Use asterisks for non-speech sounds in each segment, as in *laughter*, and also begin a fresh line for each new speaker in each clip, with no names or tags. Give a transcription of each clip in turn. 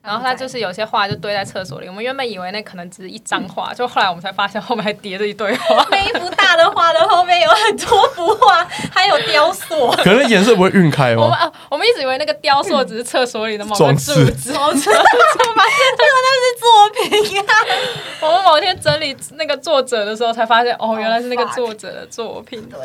然后他就是有些画就堆在厕所里，我们原本以为那可能只是一张画，就后来我们才发现后面还叠着一堆
*laughs*
画。
每一幅大的画的后面有很多幅画，还有
*laughs*
雕塑。
*laughs* 可能颜色不会晕开
我们
吗？
啊，我们一直以为那个雕塑只是厕所里的某个
哦装
柱
饰
子，我们
那是作品啊！
我们某天整理那个作者的时候才发现，哦，原来是那个
fuck
作者的作品。
*laughs* 对，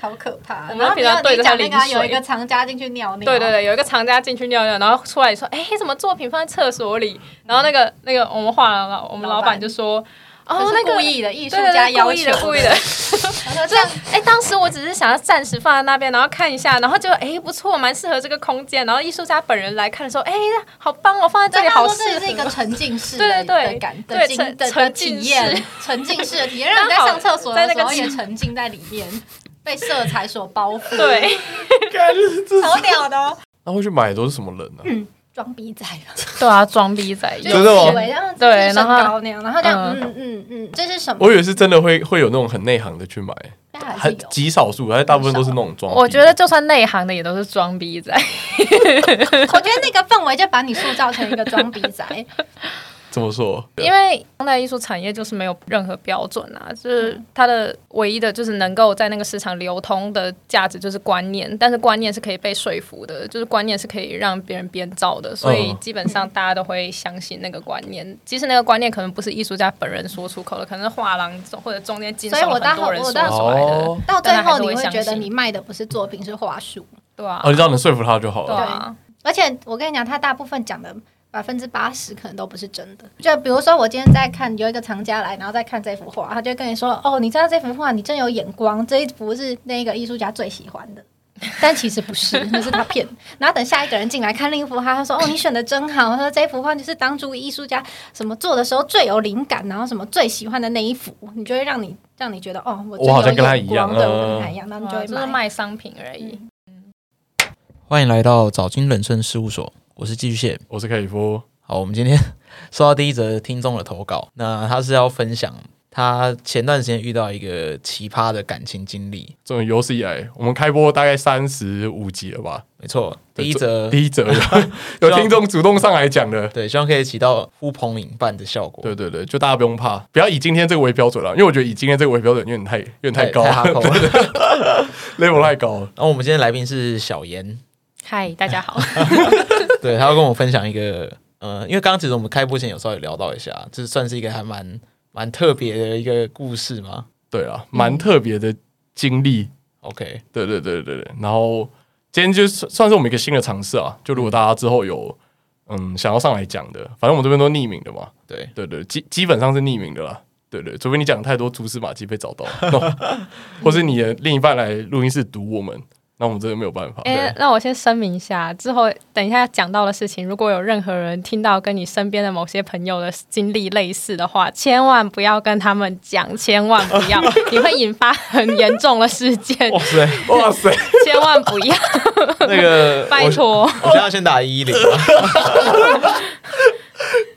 好可怕。
我们
然后
平常
你有
对着
你
它
讲那个啊
淋水
有一个藏家进去尿尿，
对对，对，有一个藏家进去尿尿，然后出来说：“哎、什么作品放在厕所里？”然后那个那个我们画廊老我们
老
老
板
板就说：“
这
哦，
是
那个
故意的艺术
对对
家
对
要
故意的
求
故意的。
然
*laughs*
后”
就
这样
哎、当时我只是想要暂时放在那边，然后看一下，然后就哎、不错，蛮适合这个空间。然后艺术家本人来看的时候，哎、好棒哦，放在这里
对他
好
说
适
这
合。
是一个沉浸式
对
的
对对
的感的
对
经
沉
的的
沉
体
浸
验
式，
沉浸式的
*laughs*
体验，让你在
刚好
上厕所的
在那
时
个
候也
气
沉浸在里面，被色彩所包
*laughs*
覆，
对
好屌的哦， *laughs*
那会去买都是什么人呢、啊？
装逼仔嘛。
对啊，装逼仔
就
真的哦
以为让自己
对
身
然后
高那样，然后这样，
嗯
嗯嗯嗯，这是什么？
我以为是真的会会有那种很内行的去买，
但还是
很 *laughs*
有，
极少数，还是大部分都是那种装逼。
我觉得就算内行的也都是装逼仔。
我觉得那个氛围就把你塑造成一个装逼仔，
怎么说？
因为当代艺术产业就是没有任何标准啊，
嗯
就是它的唯一的就是能够在那个市场流通的价值就是观念，但是观念是可以被说服的，就是观念是可以让别人编造的，所
嗯
以基本上大家都会相信那个观念，即使那个观念可能不是艺术家本人说出口的，可能是画廊或者中间经手
所以我
很
当
多人
我
说
当
哦
出来的，
到最
但他还
后
是
你
会
会
相
觉得
信
你卖的不是作品，是话术。
对啊
哦，，你只要能说服他就好
对
了。
啊，
而且我跟你讲，他大部分讲的百分之八十可能都不是真的。就比如说，我今天在看有一个藏家来，然后再看这幅画，他就跟你说：“哦，你知道这幅画，你真有眼光，这一幅是那个艺术家最喜欢的。” *laughs* 但其实不是，那是他骗。然后等下一个人进来看另一幅画，他说：“哦，你选的真好。”他说：“这幅画就是当初艺术家什么做的时候最有灵感，然后什么最喜欢的那一幅，你就会让你让你觉得哦，我真
我好像
有
跟他
眼
一样
光对，我跟
嗯
他一样，然后你就
对啊
会
就是
买。
卖商品而已。
嗯
欢迎来到早金冷胜事务所，我是寄居蟹。
我是凯里夫，
好，我们今天 *laughs* 收到第一则听众的投稿，那他是要分享他前段时间遇到一个奇葩的感情经历。
这种有史以来，我们开播大概三十五集了吧？
没错，
对
第一则，
第一则
*laughs*
有听众主动上来讲的，
对，希望可以起到呼朋引伴的效果。
对对对，就大家不用怕，不要以今天这个为标准了，啊因为我觉得以今天这个为标准有点太有点太高
太哈
了
扣 *laughs* 了。
*laughs*
然
，level 太高了。
后我们今天来宾是小严，
嗨，大家好，
对，他要跟我分享一个，呃，因为刚刚其实我们开播前有稍微聊到一下，这算是一个还蛮蛮特别的一个故事嘛。
对啊，
嗯
蛮特别的经历。
OK，
对对对对对，然后今天就算算是我们一个新的尝试啊，就如果大家之后有嗯想要上来讲的，反正我们这边都匿名的嘛，
对，
对对，基基本上是匿名的啦。对对，除非你讲太多蛛丝马迹被找到， *laughs* 或是你的另一半来录音室堵我们，那我们真的没有办法。
哎、那我先声明一下，之后等一下讲到的事情，如果有任何人听到跟你身边的某些朋友的经历类似的话，千万不要跟他们讲，千万不要，你会引发很严重的事件，
*laughs* 哇塞，
哇塞，
千万不要，
那 *laughs* 个
拜托。
我现在要先打一一零啊。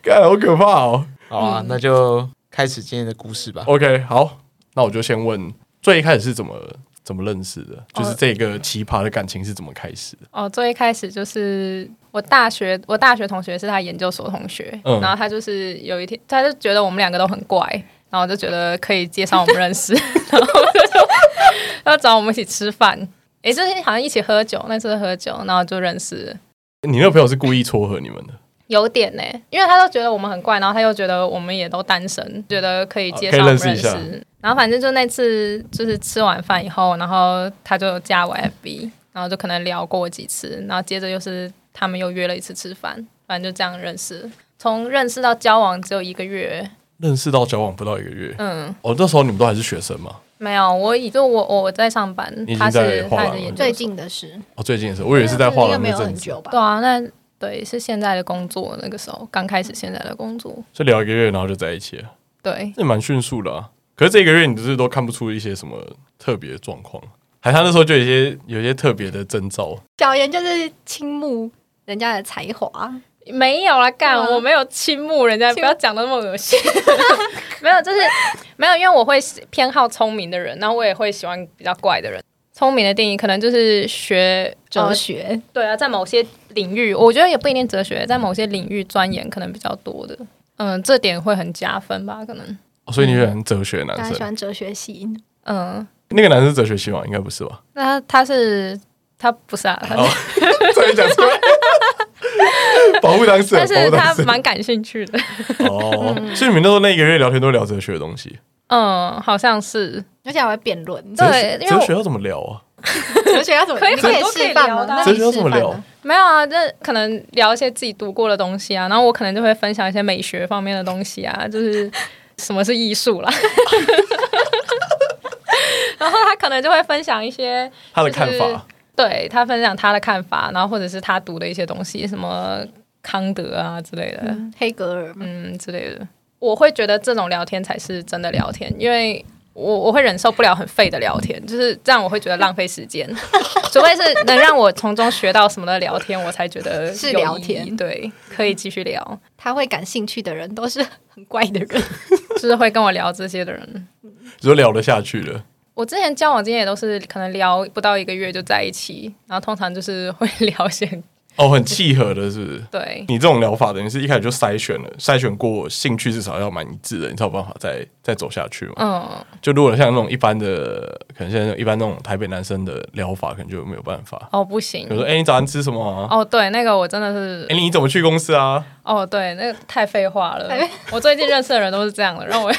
干好可怕哦！
好
嗯
啊，那就开始今天的故事吧。
OK，好，那我就先问，最一开始是怎么怎么认识的？就是这个奇葩的感情是怎么开始的？
哦，最一开始就是我大学，我大学同学是他研究所同学，
嗯
然后他就是有一天，他就觉得我们两个都很怪，然后就觉得可以介绍我们认识， *laughs* 然后就 *laughs* 要找我们一起吃饭，诶，就是好像一起喝酒，那次喝酒，然后就认识了。
你那个朋友是故意撮合你们的，
有点呢、因为他都觉得我们很怪，然后他又觉得我们也都单身，觉得可以介绍我
啊可以
们
认识一
认
下
识。然后反正就那次就是吃完饭以后，然后他就加我 FB，然后就可能聊过几次，然后接着又是他们又约了一次吃饭，反正就这样认识。从认识到交往只有一个月，
认识到交往不到一个月，
嗯，
哦，那时候你们都还是学生嘛？
没有，我已就我我在上班
你已，经
他
在
是
画
他
廊
是研
了
究
最
所，
近的事，
哦，最近也是，我以为是在画
应该
廊
没
那
有很
阵子，
久吧
对？啊，那对是现在的工作那个时候刚开始现在的工作，
就聊一个月，然后就在一起了，
对，
这蛮迅速的啊。可是这一个月你就是都看不出一些什么特别的状况，还他那时候就有一些有一些特别的征兆，
小严就是倾慕人家的才华，
没有啦，干、
对啊
我没有倾慕人家，
倾
不
慕
要讲的那么恶心。 *laughs* 没有，就是没有，因为我会偏好聪明的人，然后我也会喜欢比较怪的人。聪明的定义可能就是学
哲
呃
学，
对啊，在某些领域，我觉得也不一定哲学，在某些领域钻研可能比较多的，嗯，这点会很加分吧？可能，
哦所以你喜欢哲学男
大家喜
生？
欢哲学系，
嗯，
那个男生是哲学系吗？应该不是吧？ *laughs*
那他是他不是啊，他
哦，差点讲出来，保护当事
但是
人，保护
他
当事人。
蛮感兴趣的，
哦，所以你们那时候那一个月聊天都聊哲学的东西，
嗯，好像是，
而且还会辩论。
对
哲学
因为我
哲学要怎么聊啊？
哲学要怎
*laughs*
么？
可以
你可
很多可以
示范
聊
吗？
的啊
那
哲
你
学要怎么
示范
聊
啊？？
没有啊，这可能聊一些自己读过的东西啊，然后我可能就会分享一些美学方面的东西啊，就是什么是艺术啦。 *laughs* 然后他可能就会分享一些
他的看
就是
法，
对他分享他的看法，然后或者是他读的一些东西，什么康德啊之类的，
嗯黑格尔嘛，
嗯之类的。我会觉得这种聊天才是真的聊天，因为我我会忍受不了很废的聊天，就是这样我会觉得浪费时间。 *laughs* 除非是能让我从中学到什么的聊天，我才觉得
是
有
聊
意义
天
对，可以继续聊，
他会感兴趣的人都是很怪的人。
就是会跟我聊这些的人。
你说聊得下去了，
我之前交往经验也都是可能聊不到一个月就在一起，然后通常就是会聊一些
哦，很契合的，是不是？
对
你这种疗法等于是一开始就筛选了，筛选过兴趣至少要蛮一致的，你才有办法再再走下去嘛。
嗯，
就如果像那种一般的，可能现在一般那种台北男生的疗法，可能就没有办法。
哦不行
比如，
嗯
说，哎、你早上吃什么啊？
哦对，那个我真的是
哎、你怎么去公司
*laughs*
啊？
哦，对，那个太废话了
太废。
我最近认识的人都是这样的，让我 *laughs*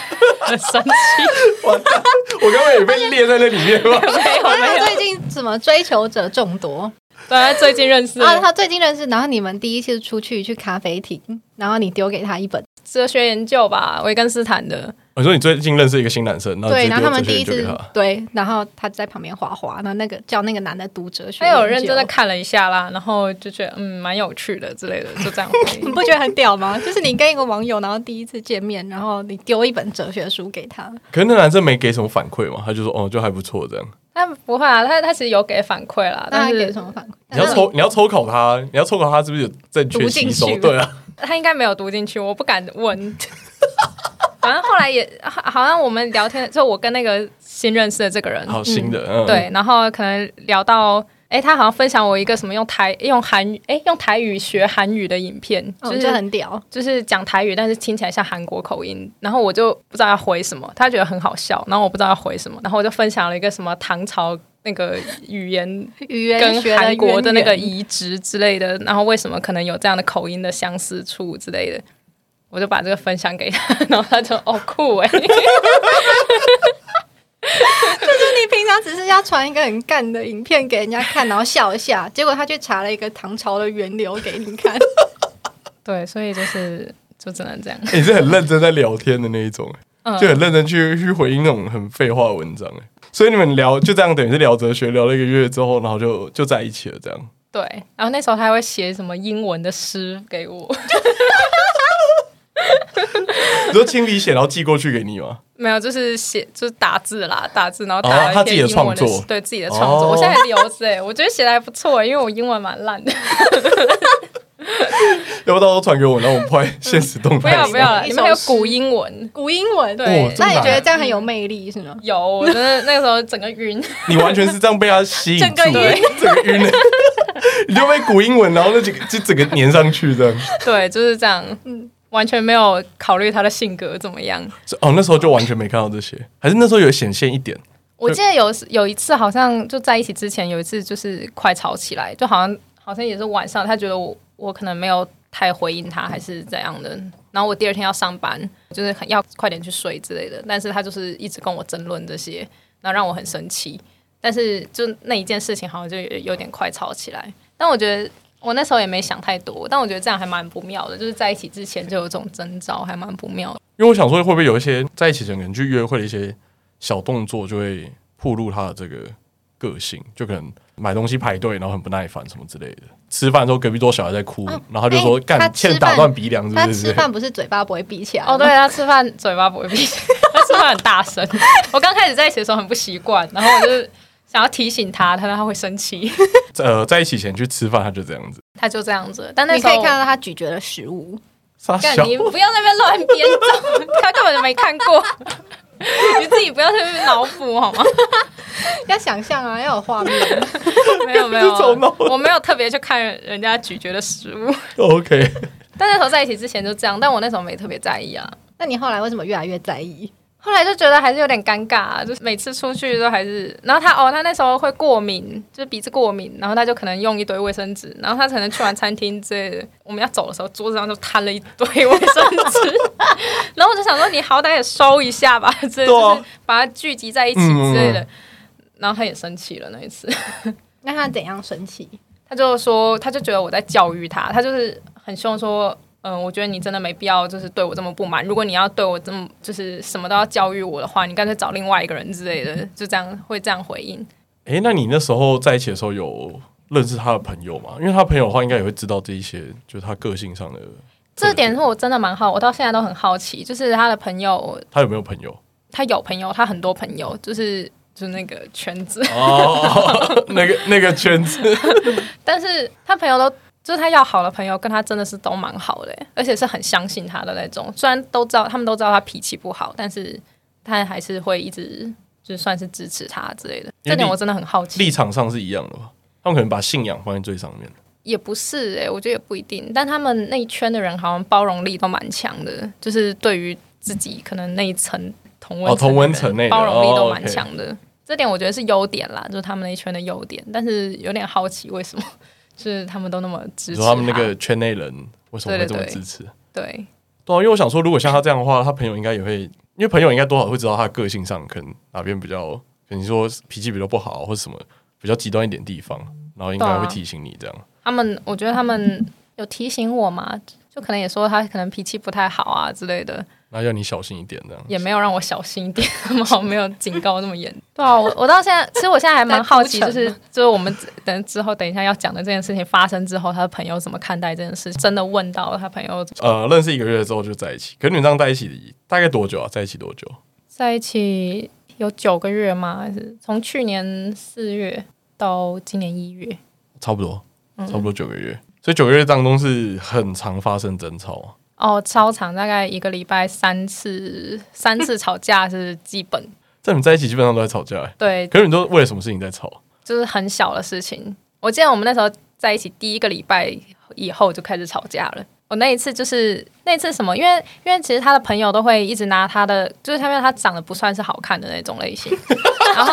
很生气。
我刚刚也被列在那里面 *laughs*
*laughs*
吗？
没有，没
他
有。
最近什么追求者众多
对，最近认识
啊？他最近认识，然后你们第一次出去去咖啡厅，然后你丢给他一本，
哲学研究吧，维根斯坦的。
我说你最近认识一个新男生，
对，
然
然后他
后直接
们
丢
第一
这个
次
人哦就给他
对，然后他在旁边画画，然后那个叫那个男的读哲学
他
研究，
有认真的看了一下啦，然后就觉得嗯蛮有趣的之类的，就这样 *laughs* 回
*laughs* 你不觉得很屌吗？就是你跟一个网友，然后第一次见面，然后你丢一本哲学书给他，
可是那男生没给什么反馈嘛，他就说哦，就还不错这样。
他不会啊，他他其实有给反馈啦，
那
但
他给
是
什么反馈？
你要抽，你要抽考他，你要抽考他是不是有正确
读
吸
进
收
去？
对啊，
他应该没有读进去，我不敢问。 *laughs* 反正后来也好好像我们聊天，就我跟那个新认识的这个人，
好新的，嗯，
对，然后可能聊到，哎、他好像分享我一个什么用台用韩语，哎、用台语学韩语的影片，就、
嗯就是是很屌，
就是讲台语，但是听起来像韩国口音，然后我就不知道要回什么，他觉得很好笑，然后我不知道要回什么，然后我就分享了一个什么唐朝那个语言
语言
跟
学
韩国的那个
渊源
移植之类的，然后为什么可能有这样的口音的相似处之类的。 *laughs* 我就把这个分享给他，然后他就哦酷哎、
你平常只是要传一个很干的影片给人家看，然后笑一下，结果他去查了一个唐朝的源流给你看，
*laughs* 对，所以就是就只能这样。
欸 *laughs* 你是很认真在聊天的那一种，
嗯
就很认真去去回应那种很废话的文章，哎，所以你们聊就这样，等于是聊哲学，聊了一个月之后，然后就就在一起了，这样。
对，然后那时候他还会写什么英文的诗给我， *laughs*
你说亲笔写，然后寄过去给你吗？
没有，就是写就是打字啦，打字，然后打
哦
了
他
一篇
自己的
英文
创
的
作
诗，对自己的创作，
哦
我现在还留着、欸，我觉得写的还不错、因为我英文蛮烂
*laughs*
的。
要不到时候传给我，然后我们拍现实动
不
态。哦
要不要了，
一
你
首
们还有
诗
古英文，
*laughs* 古英文。
对哦
那你
真的啊
觉得这样很有魅力是吗？
有，我真的那个时候整个
*laughs*
晕。
你完全是这样被他吸引
整
住，
个
哎
晕
整个晕了，你就被古英文，然后那几个就整个粘上去这样。
对，就是这样，嗯完全没有考虑他的性格怎么样。
是哦，那时候就完全没看到这些，还是那时候有显现一点。
我记得有有一次，好像就在一起之前有一次，就是快吵起来，就好像好像也是晚上，他觉得我我可能没有太回应他，还是怎样的。然后我第二天要上班，就是很要快点去睡之类的，但是他就是一直跟我争论这些，然后让我很生气。但是就那一件事情，好像就有有点快吵起来。但我觉得我那时候也没想太多，但我觉得这样还蛮不妙的，就是在一起之前就有这种征兆，还蛮不妙的。
因为我想说，会不会有一些在一起的人可能去约会的一些小动作，就会暴露他的这个个性，就可能买东西排队，然后很不耐烦什么之类的。吃饭的时候，隔壁桌小孩在哭，然后他就说：“
哎
干、
他吃
欠
饭
打断鼻梁，是
他
不是
吃？”饭不是嘴巴不会闭起来吗
哦，对，他吃饭嘴巴不会 *laughs* 闭，他吃饭很大声。我刚开始在一起的时候很不习惯，然后我就想要提醒他，他他会生气，
呃，在一起前去吃饭，他就这样子。
*laughs* 他就这样子。但那
你
时
可
候
以看到他咀嚼的食物， *laughs*
傻
干
小，
你不要在那边乱编 *laughs* 造，他根本就没看过。你自己不要在那边脑补好吗？
要想象啊，要有画面。
没有没有
走脑，
我没有特别去看人家咀嚼的食物。
OK， *laughs*
但那时候在一起之前就这样，但我那时候没特别在意啊。
那你后来为什么越来越在意？
后来就觉得还是有点尴尬、啊，就是每次出去都还是，然后他哦，他那时候会过敏，就是鼻子过敏，然后他就可能用一堆卫生纸，然后他可能去完餐厅之类的，我们要走的时候，桌子上就摊了一堆卫生纸， *laughs* 然后我就想说你好歹也收一下吧，这
对啊嗯
就是把它聚集在一起之类的，然后他也生气了那一次。
那他怎样生气？
他就说，他就觉得我在教育他，他就是很凶说，嗯，我觉得你真的没必要就是对我这么不满，如果你要对我这么就是什么都要教育我的话，你干脆找另外一个人之类的，就这样会这样回应。
哎、那你那时候在一起的时候有认识他的朋友吗？因为他朋友的话，应该也会知道这一些，就是他个性上的。
这点是我真的蛮好，我到现在都很好奇，就是他的朋友，
他有没有朋友？
他有朋友，他很多朋友，就是就是那个圈子，
哦， *laughs* 那个那个圈子，
但是他朋友都就是他要好的朋友，跟他真的是都蛮好的，而且是很相信他的那种。虽然都知道他们都知道他脾气不好，但是他还是会一直就算是支持他之类的。
因为
这点
立
我真的很好
立
奇。
场上是一样的吧？他们可能把信仰放在最上面。
也不是哎、我觉得也不一定。但他们那一圈的人好像包容力都蛮强的，就是对于自己可能那一层同温
哦同温
层
层
的
内
人
的
包容力
哦
都
，OK
蛮强的。这点我觉得是优点啦，就是他们那一圈的优点。但是有点好奇为什么。就是他们都那么支持
你说他们那个圈内人为什么会这么
对对对
支持？
对，
对啊，因为我想说，如果像他这样的话，他朋友应该也会，因为朋友应该多少会知道他的个性上可能哪边比较，可能说脾气比较不好，或者什么比较极端一点地方，然后应该会提醒你这样。
他们，我觉得他们有提醒我嘛，就可能也说他可能脾气不太好啊之类的，
那要你小心一点这样。
也没有让我小心一点， *laughs* 他们好像没有警告那么严。对啊，我我到 *laughs* 现在，其实我现在还蛮好奇，
在
就
铺陈
是就是我们等之后等一下要讲的这件事情发生之后，他的朋友怎么看待这件事？真的问到他朋友
呃，认识一个月之后就在一起，可是你们这样在一起大概多久啊？在一起多久？
在一起有九个月吗？还是从去年四月到今年一月？
差不多，
嗯
差不多九个月。所以九个月当中是很常发生争吵啊。
哦，超长，大概一个礼拜三次，三次吵架是基本。 *laughs*
在你们在一起基本上都在吵架、欸，
对，
可是你们都为了什么事情在吵？
就是很小的事情。我记得我们那时候在一起第一个礼拜以后就开始吵架了。我那一次就是那一次什么，因为因为其实他的朋友都会一直拿他的，就是因为他长得不算是好看的那种类
*laughs*
型，然后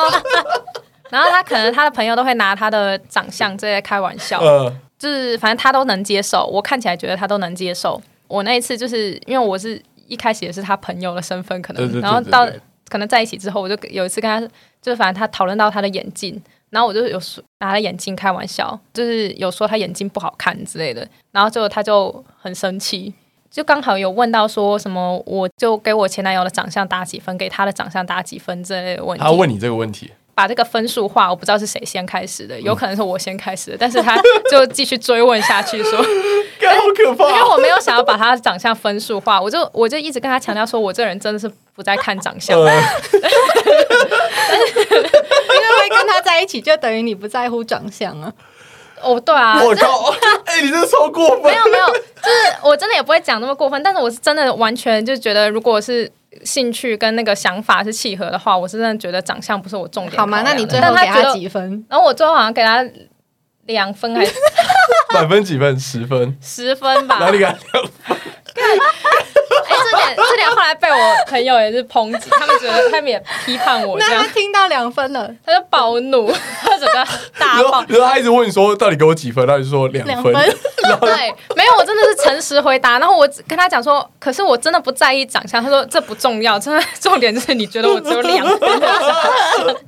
然后他可能他的朋友都会拿他的长相这些开玩笑，
呃，
就是反正他都能接受，我看起来觉得他都能接受。我那一次就是因为我是一开始也是他朋友的身份，可能
对对对
然后到
对对
可能在一起之后，我就有一次跟他就是反正他讨论到他的眼镜，然后我就有说拿他眼镜开玩笑，就是有说他眼睛不好看之类的，然后就他就很生气。就刚好有问到说什么，我就给我前男友的长相打几分，给他的长相打几分这类的问题。
他问你这个问题，
把这个分数化，我不知道是谁先开始的，有可能是我先开始的，但是
*laughs*
他就继续追问下去说，
干好可怕
因为我没有想要把他的长相分数化，我就我就一直跟他强调说，我这人真的是不在看长相，
呃，
因为会跟他在一起，就等于你不在乎长相啊。
哦，对啊，
我靠！哎、你真的超过分
没！有没有，就是我真的也不会讲那么过分，但是我是真的完全就觉得，如果是兴趣跟那个想法是契合的话，我是真的觉得长相不是我重点考
好
量的。
吗？那你最后
但
给
他觉
他
得，
几分？
然后我最后好像给他两分还是。
满分几分？十分
十分吧，
*laughs* 哪里敢？
哎、这点这点后来被我朋友也是抨击，他们觉得他们也批判我这
那
样
他，听到两分了，
他就暴怒， *laughs* 他整个大
然后
爆。
然后他一直问你说到底给我几分，他就说两
两
分。
分
对，没有，我真的是诚实回答。然后我只跟他讲说，可是我真的不在意长相。他说这不重要，真的 *laughs* 重点就是你觉得我只有两分。 *laughs*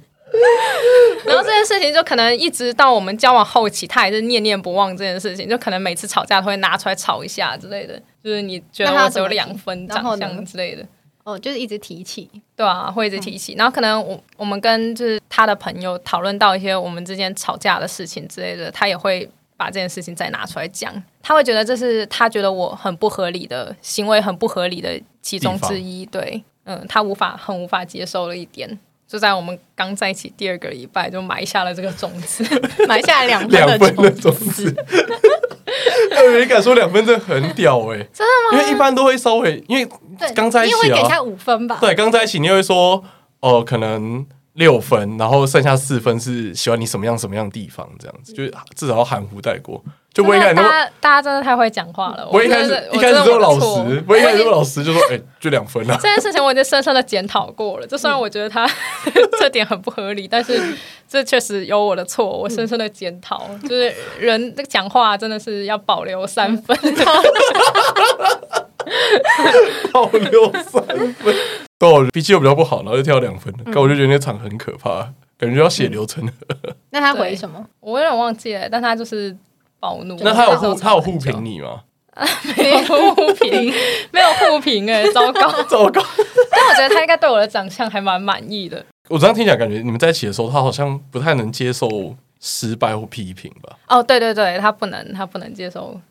然后这件事情就可能一直到我们交往后期，他还是念念不忘这件事情，就可能每次吵架都会拿出来吵一下之类的，就是你觉得
那他
我只有
怎么提
两分
然后
长
呢
相之类的。
*laughs* 哦，就是一直提起。
对啊，会一直
嗯
提起。然后可能我我们跟就是他的朋友讨论到一些我们之间吵架的事情之类的，他也会把这件事情再拿出来讲。他会觉得这是他觉得我很不合理的行为，很不合理的其中之一。对，嗯，他无法很无法接受了一点。就在我们刚在一起第二个礼拜，就埋下了这个种
*laughs*
子。
买下来两分
两
的
分的
种
种子。哎我没敢说两分真的很屌哎、真的吗？因为一般都会稍微，因为
对，
刚在一
你也
起
会给
啊，
他五分吧？
对，刚在一起你会说哦，可能六分，然后剩下四分是喜欢你什么样什么样的地方，这样子，就是至少要含糊带过。就我一开
真的
始都
*laughs* 大家大家真的太会讲话了。
我一开
真的
始
是
一开始都老。
我真的我的
实
错，
我一开始都老实就说，哎，就两 *laughs* 分啊。
这件事情我已经深深的检讨过了，就
嗯
虽然我觉得他 *laughs* 这点很不合理，但是这确实有我的错，我深深的
嗯
检讨。就是人这个讲话真的是要保留三分，
嗯到六三分，到我脾气又比较不好，然后就跳两分，
嗯
但我就觉得那场很可怕，感觉要血流成河。
那他回什么？
*laughs* 我有点忘记了，但他就是暴怒。
那他有
时候
互他有互评你吗？
没有互评，没有互评哎、糟
*laughs*
糕！
糟糕！
但我觉得他应该对我的长相还蛮满意的。
我这样听起来，感觉你们在一起的时候，他好像不太能接受失败或批评吧？
哦，对对对，他不能，他不能接受。
嗯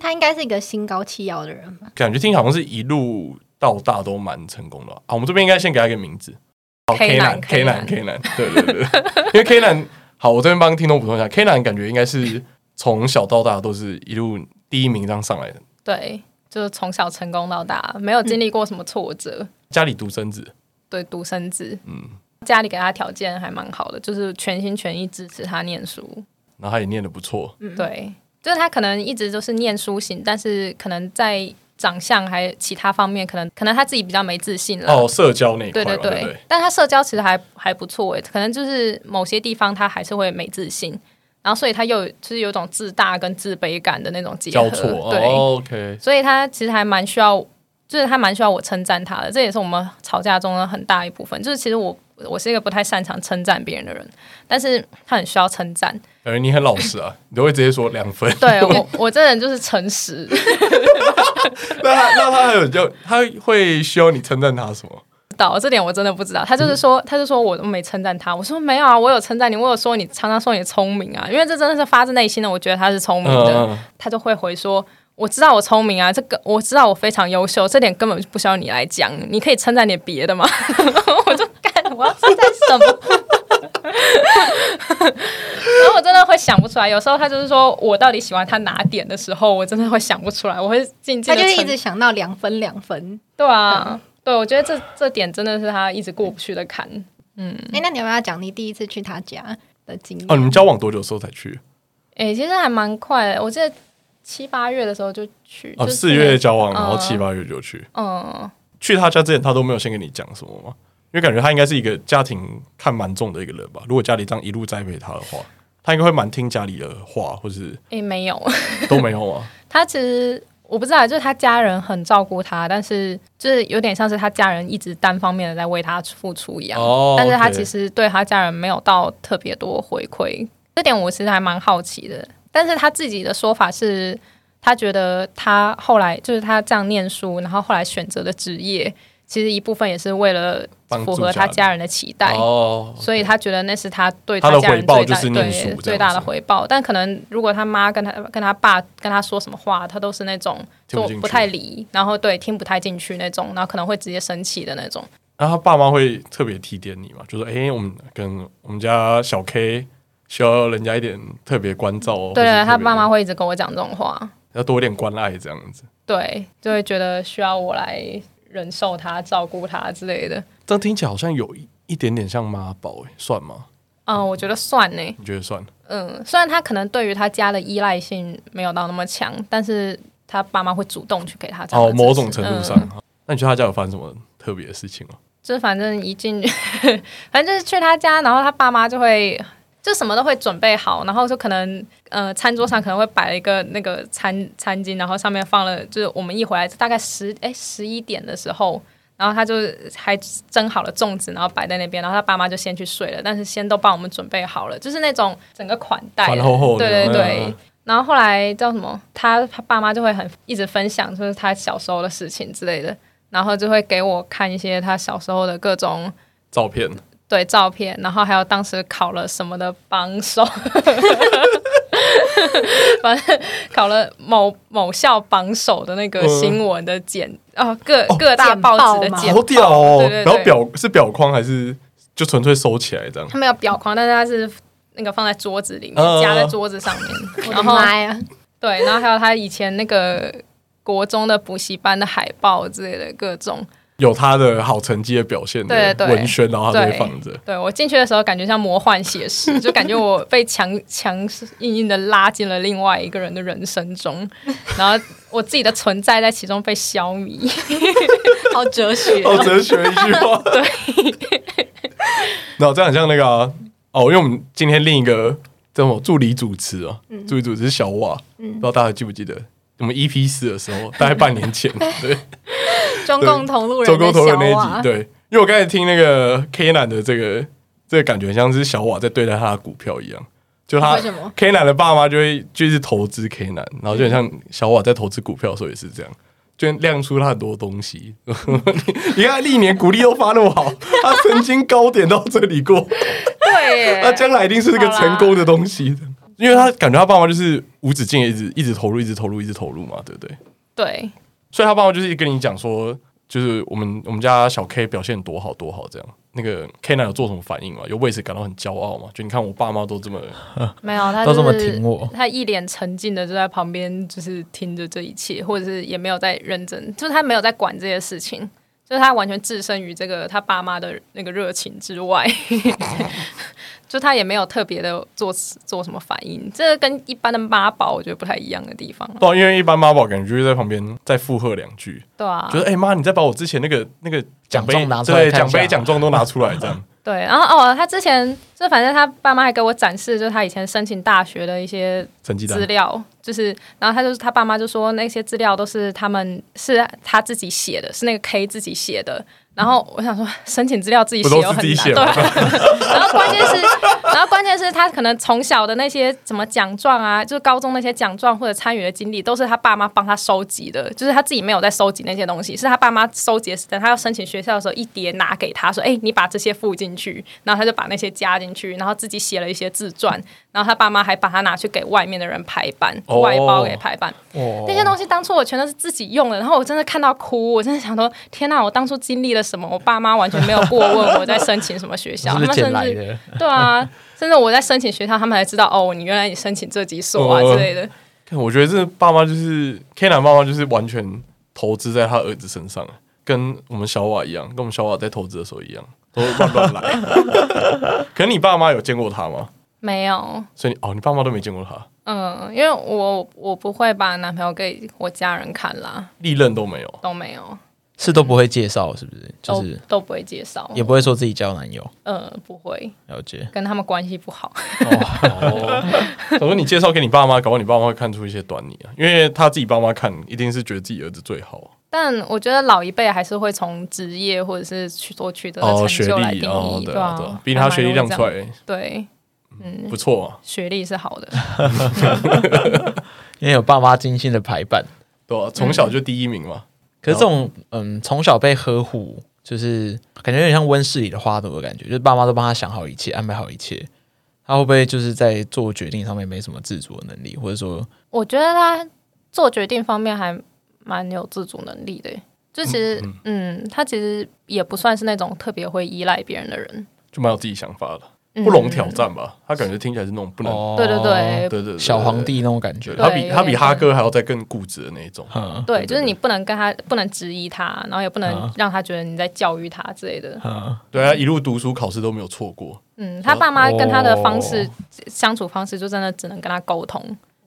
他应该是一个心高气傲的人吧？
感觉听起来好像是一路到大都蛮成功的啊。啊我们这边应该先给他一个名字，好
K 男
K
K
男
男
K 男，对对对， *laughs* 对因为 K 男好，我这边帮听众补充一下，K 男感觉应该是从小到大都是一路第一名这样上来的，
对，就是从小成功到大，没
嗯
有经历过什么挫折。
家里独生子，
对，独生子，
嗯，
家里给他条件还蛮好的，就是全心全意支持他念书。
然后他也念得不错，
嗯对，就是他可能一直都是念书型，但是可能在长相还有其他方面，可能可能他自己比较没自信了。
哦，社交那一
对
块嘛，
对
对
对
不对，
但他社交其实还还不错诶，欸可能就是某些地方他还是会没自信，然后所以他又有就是有一种自大跟自卑感的那种结合，
交错、
对，
哦、，OK，
所以他其实还蛮需要，就是他蛮需要我称赞他的，这也是我们吵架中的很大一部分。就是其实我我是一个不太擅长称赞别人的人，但是他很需要称赞。
感觉你很老实啊，你都会直接说两分。
*laughs* 对我我这人就是诚实，
*laughs* 那他那他还有就他会需要你称赞他什么？
到这点我真的不知道。他就是说，他就说我都没称赞他，我说没有啊，我有称赞你，我有说你常常说你聪明啊，因为这真的是发自内心的，我觉得他是聪明的。
嗯，
他就会回说：“我知道我聪明啊，这个我知道我非常优秀，这点根本就不需要你来讲，你可以称赞点别 *laughs* 的嘛。”我就干，我要称赞什么？然后我真的会想不出来，有时候他就是说我到底喜欢他哪点的时候，我真的会想不出来，我会静静
他
的
就是一直想到两分两分。
对啊，对，我觉得这这点真的是他一直过不去的坎。
哎、那你要不要讲你第一次去他家的经验？
哦，你们交往多久的时候才去？
诶、哎其实还蛮快的，我记得七八月的时候就去，
哦，
就
四月交往，然后
嗯
七八月就去。
嗯。
去他家之前，他都没有先跟你讲什么吗？因为感觉他应该是一个家庭看蛮重的一个人吧。如果家里这样一路栽培他的话，他应该会蛮听家里的话，或是
诶、没有，
都没
*laughs*
有啊。
他其实我不知道，就是他家人很照顾他，但是就是有点像是他家人一直单方面的在为他付出一样。
哦
但是他
OK
其实对他家人没有到特别多回馈，这点我其实还蛮好奇的。但是他自己的说法是，他觉得他后来就是他这样念书，然后后来选择的职业，其实一部分也是为了
帮助
符合他
家
家人的期待。
哦，
所以他觉得那是他对
他的
家人
回报
最大
就是念书这
对
样子
最大的回报。但可能如果他妈跟他跟他爸跟他说什么话，他都是那种
听不
就
进去
不太理，然后对听不太进去那种，然后可能会直接生气的那种。
然后他爸妈会特别提点你嘛，就说：“哎、我们跟我们家小 K 需要人家一点特别关照哦。”
对啊
或是
他
特别
爸妈会一直跟我讲这种话，
要多一点关爱这样子。
对，就会觉得需要我来忍受他、照顾他之类的。
这样听起来好像有一一点点像妈宝、哎，算吗？
嗯，我觉得算呢、
你觉得算？
嗯，虽然他可能对于他家的依赖性没有到那么强，但是他爸妈会主动去给他这样的
哦，
支持
某种程度上
嗯，
那你觉得他家有发生什么特别的事情吗？
就是反正一进，反正就是去他家，然后他爸妈就会就什么都会准备好，然后就可能呃餐桌上可能会摆了一个那个餐餐巾，然后上面放了就是我们一回来大概十哎十一点的时候。然后他就还蒸好了粽子，然后摆在那边，然后他爸妈就先去睡了，但是先都帮我们准备好了，就是那种整个款待，啊
宽厚厚的，
对对
嗯
对。然后后来叫什么？他他爸妈就会很一直分享，就是他小时候的事情之类的，然后就会给我看一些他小时候的各种
照片，
对照片，然后还有当时考了什么的榜
*laughs*
首，反正考了某某校榜首的那个新闻的简，哦各
哦
各大报纸的
嗯简
简
好
报，
屌哦！
对对对
然后表是表框还是就纯粹收起来这样？
他没有裱框，但是他是那个放在桌子里
嗯
面，夹在桌子上面，
呃 *laughs* 我的
然后。
妈呀！
对，然后还有他以前那个国中的补习班的海报之类的各种，
有他的好成绩的表现
对
的
对
文宣，然后他就会啊放着。
对我进去的时候，感觉像魔幻写
*laughs*
实，就感觉我被强强硬硬的拉进了另外一个人的人生中，然后我自己的存在在其中被消弭，好哲
*laughs*
学
哦，哲学一句话。对， *laughs* 然后这样很像那个啊、哦，因为我们今天另一个这种助理主持啊，
嗯
助理主持是小瓦，不知道大家记不记得我们 EP 四的时候，大概半年前，
*laughs*
对，
中共同路
周
人
沟
的
头的
小
那一
娃
集，对，因为我刚才听那个 K 男的这个这个感觉像是小瓦在对待他的股票一样，就他
为什么
K 男的爸妈就会就是投资 K 男，然后就很像
嗯
小瓦在投资股票的时候也是这样。就亮出他很多东西， *laughs* 你看历年股利都发那么好，他曾经高点到这里过，
*laughs* 对耶
他将来一定是个成功的东西的，因为他感觉他爸妈就是无止境地一直一直投入，一直投入，一直投入嘛，对不对？
*laughs* 对
所以他爸爸就是跟你讲说，就是我们我们家小 K 表现多好多好这样。那个 K 男有做什么反应吗？有为此感到很骄傲吗？就你看我爸妈都这么，
没有他、
都
就是、
这么挺我
他一脸沉静的就在旁边，就是听着这一切，或者是也没有在认真，就是他没有在管这些事情。就是他完全置身于这个他爸妈的那个热情之外， *laughs* 就他也没有特别的做做什么反应，这个跟一般的妈宝我觉得不太一样的地方啊，
对啊、因为一般妈宝感觉就是在旁边再附和两句，
对啊，
就是哎妈、你再把我之前那个那个
奖
杯
状拿出来
对
看一
奖
下
杯奖状都拿出来这
*laughs*
样。
对，然后哦，他之前就反正他爸妈还给我展示，就是他以前申请大学的一些
成绩单
资料，就是，然后他就是他爸妈就说那些资料都是他们是他自己写的，是那个 K 自己写的。然后我想说，申请资料自己写
不都
又很
是
难，
自己写
对。 *laughs* 然后关键是，然后关键是他可能从小的那些什么奖状啊，就是高中那些奖状或者参与的经历，都是他爸妈帮他收集的，就是他自己没有在收集那些东西，是他爸妈收集的。等他要申请学校的时候，一叠拿给他说：“哎、你把这些附进去。”然后他就把那些加进去，然后自己写了一些自传，然后他爸妈还把他拿去给外面的人排版，
哦
外包给排版。
哦
那些东西当初我全都是自己用的，然后我真的看到哭，我真的想说，天哪、我当初经历了什么？我爸妈完全没有过问我在申请什么学校，他
是不
们
是捡
甚
来
至
的？
*laughs* 对啊，甚至我在申请学校，他们还知道哦，你原来你申请这几所啊
哦
之类的。
看我觉得这爸妈就是 K 男爸妈就是完全投资在他儿子身上，跟我们小瓦一样，跟我们小瓦在投资的时候一样，都乱乱来。
*laughs*
可能你爸妈有见过他吗？
没有，
所以你哦，你爸妈都没见过他，
嗯，因为我我不会把男朋友给我家人看啦，
历任都没有。
都没有，
是都不会介绍，是不是？就
都
是
都不会介绍，
也不会说自己交男友，
呃，不会
了解。
跟他们关系不好。 *laughs*
*laughs* 哦，我说你介绍给你爸妈，搞不好你爸妈会看出一些端倪啊，因为他自己爸妈看一定是觉得自己儿子最好。
但我觉得老一辈还是会从职业或者是去所取得的成
学
就来
历
定
哦，
义，
对
吧、
啊，对啊，毕竟他学历亮出
还蛮容易
来
这样，对，
不错啊，
学历是好的，
因为有爸妈精心的排版，
对啊，从小就第一名嘛。
可是这种
哦
嗯，从小被呵护，就是感觉有点像温室里的花朵的感觉，就是爸妈都帮他想好一切，安排好一切。他会不会就是在做决定上面没什么自主的能力，或者说
我觉得他做决定方面还蛮有自主能力的耶。就其实，嗯他其实也不算是那种特别会依赖别人的人，
就蛮有自己想法的，
嗯
不容挑战吧？他感觉听起来是那种不能，
哦
对对对
对对对，对
小皇帝那种感
对
觉？
他比
哦对
他比哈哥还要再更固执的那一种。
嗯
对，就是你不能跟他不能质疑他，然后也不能
啊
让他觉得你在教育他之类的。
嗯，
对啊，一路读书考试都没有错过，
嗯，他爸妈跟他的方式、
哦
相处方式，就真的只能跟他沟通，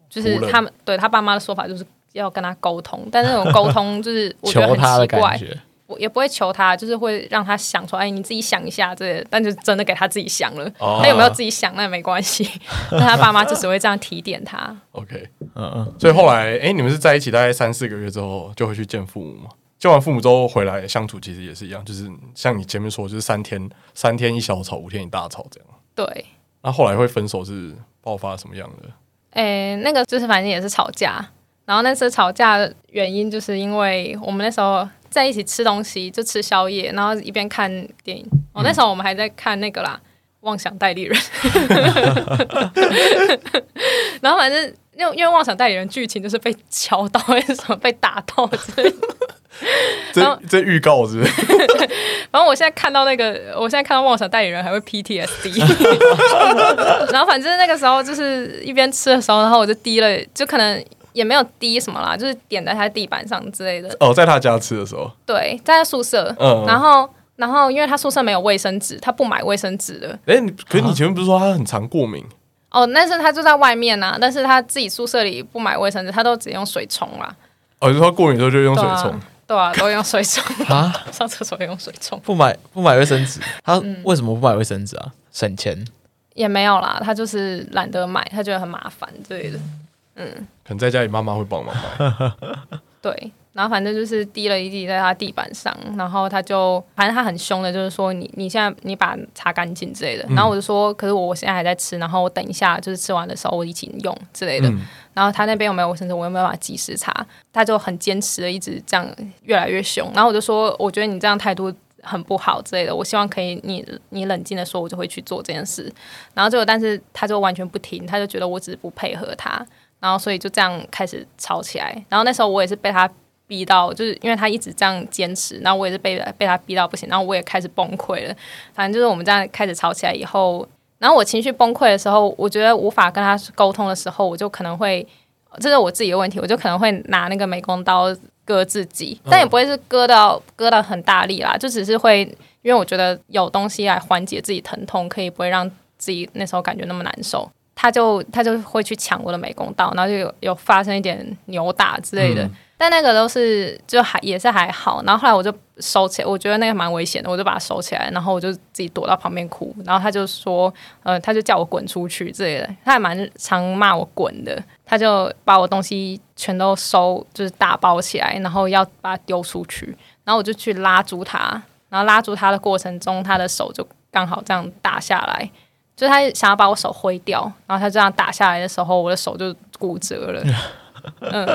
就是
仆人
他们对他爸妈的说法就是要跟他沟通，但是那种沟通就是我觉得
求他
很
的
奇怪
感，觉。
我也不会求他，就是会让他想说，哎，你自己想一下这些，但就真的给他自己想了，
哦
他有没有自己想那也没关系，但他爸妈就只会这样提点他。
OK，
嗯嗯，
所以后来哎，你们是在一起大概三四个月之后就回去见父母嘛？见完父母之后回来相处，其实也是一样，就是像你前面说，就是三天三天一小吵，五天一大吵这样。
对，
那后来会分手是爆发什么样的？
哎，那个就是反正也是吵架，然后那次吵架的原因就是因为我们那时候在一起吃东西，就吃宵夜，然后一边看电影。哦，那时候我们还在看那个啦，《妄想代理人》，然后反正。因为因为妄想代理人剧情就是被敲到， *laughs* 为什么被打到之类的然
这
后
这预告是不
*laughs*
是
然后我现在看到那个，我现在看到妄想代理人还会 *laughs* PTSD。然后反正那个时候就是一边吃的时候，然后我就滴了，就可能也没有滴什么啦，就是点在他地板上之类的。
哦，在他家吃的时候，
对，在他宿舍，
嗯
然后然后因为他宿舍没有卫生纸，他不买卫生纸的。
哎、你可是你前面不是说他很常过敏？
哦，但是他就在外面啊，但是他自己宿舍里不买卫生纸，他都只用水冲啦。
哦，你说他过敏的时候就用水
对啊
冲，
对啊，都用水冲，
*laughs*
啊，
上厕所用水冲
不买不买卫生纸，
嗯
他为什么不买卫生纸啊？省钱，
也没有啦，他就是懒得买，他觉得很麻烦之类的。
可能在家里妈妈会帮忙
*laughs*
买。
对，然后反正就是滴了一滴在他地板上，然后他就反正他很凶的，就是说你你现在你把它擦干净之类的。然后我就说，可是我我现在还在吃，然后我等一下就是吃完的时候我一起用之类的。
嗯
然后他那边有没有卫生纸，我又没有办法及时擦，他就很坚持的一直这样越来越凶。然后我就说，我觉得你这样态度。很不好之类的，我希望可以你你冷静的说，我就会去做这件事。然后结果，但是他就完全不听，他就觉得我只是不配合他，然后所以就这样开始吵起来。然后那时候我也是被他逼到，就是因为他一直这样坚持，然后我也是被被他逼到不行，然后我也开始崩溃了。反正就是我们这样开始吵起来以后，然后我情绪崩溃的时候，我觉得无法跟他沟通的时候，我就可能会，这是我自己的问题，我就可能会拿那个美工刀割自己，但也不会是割到割到很大力啦，就只是会，因为我觉得有东西来缓解自己疼痛，可以不会让自己那时候感觉那么难受。他就他就会去抢我的美工刀，然后就有有发生一点扭打之类的，
嗯
但那个都是就还也是还好，然后后来我就收起来，我觉得那个蛮危险的，我就把它收起来，然后我就自己躲到旁边哭，然后他就说，呃，他就叫我滚出去之类的，他还蛮常骂我滚的，他就把我东西全都收，就是打包起来，然后要把它丢出去，然后我就去拉住他，然后拉住他的过程中，他的手就刚好这样打下来，就是他想要把我手挥掉，然后他这样打下来的时候，我的手就骨折了，嗯，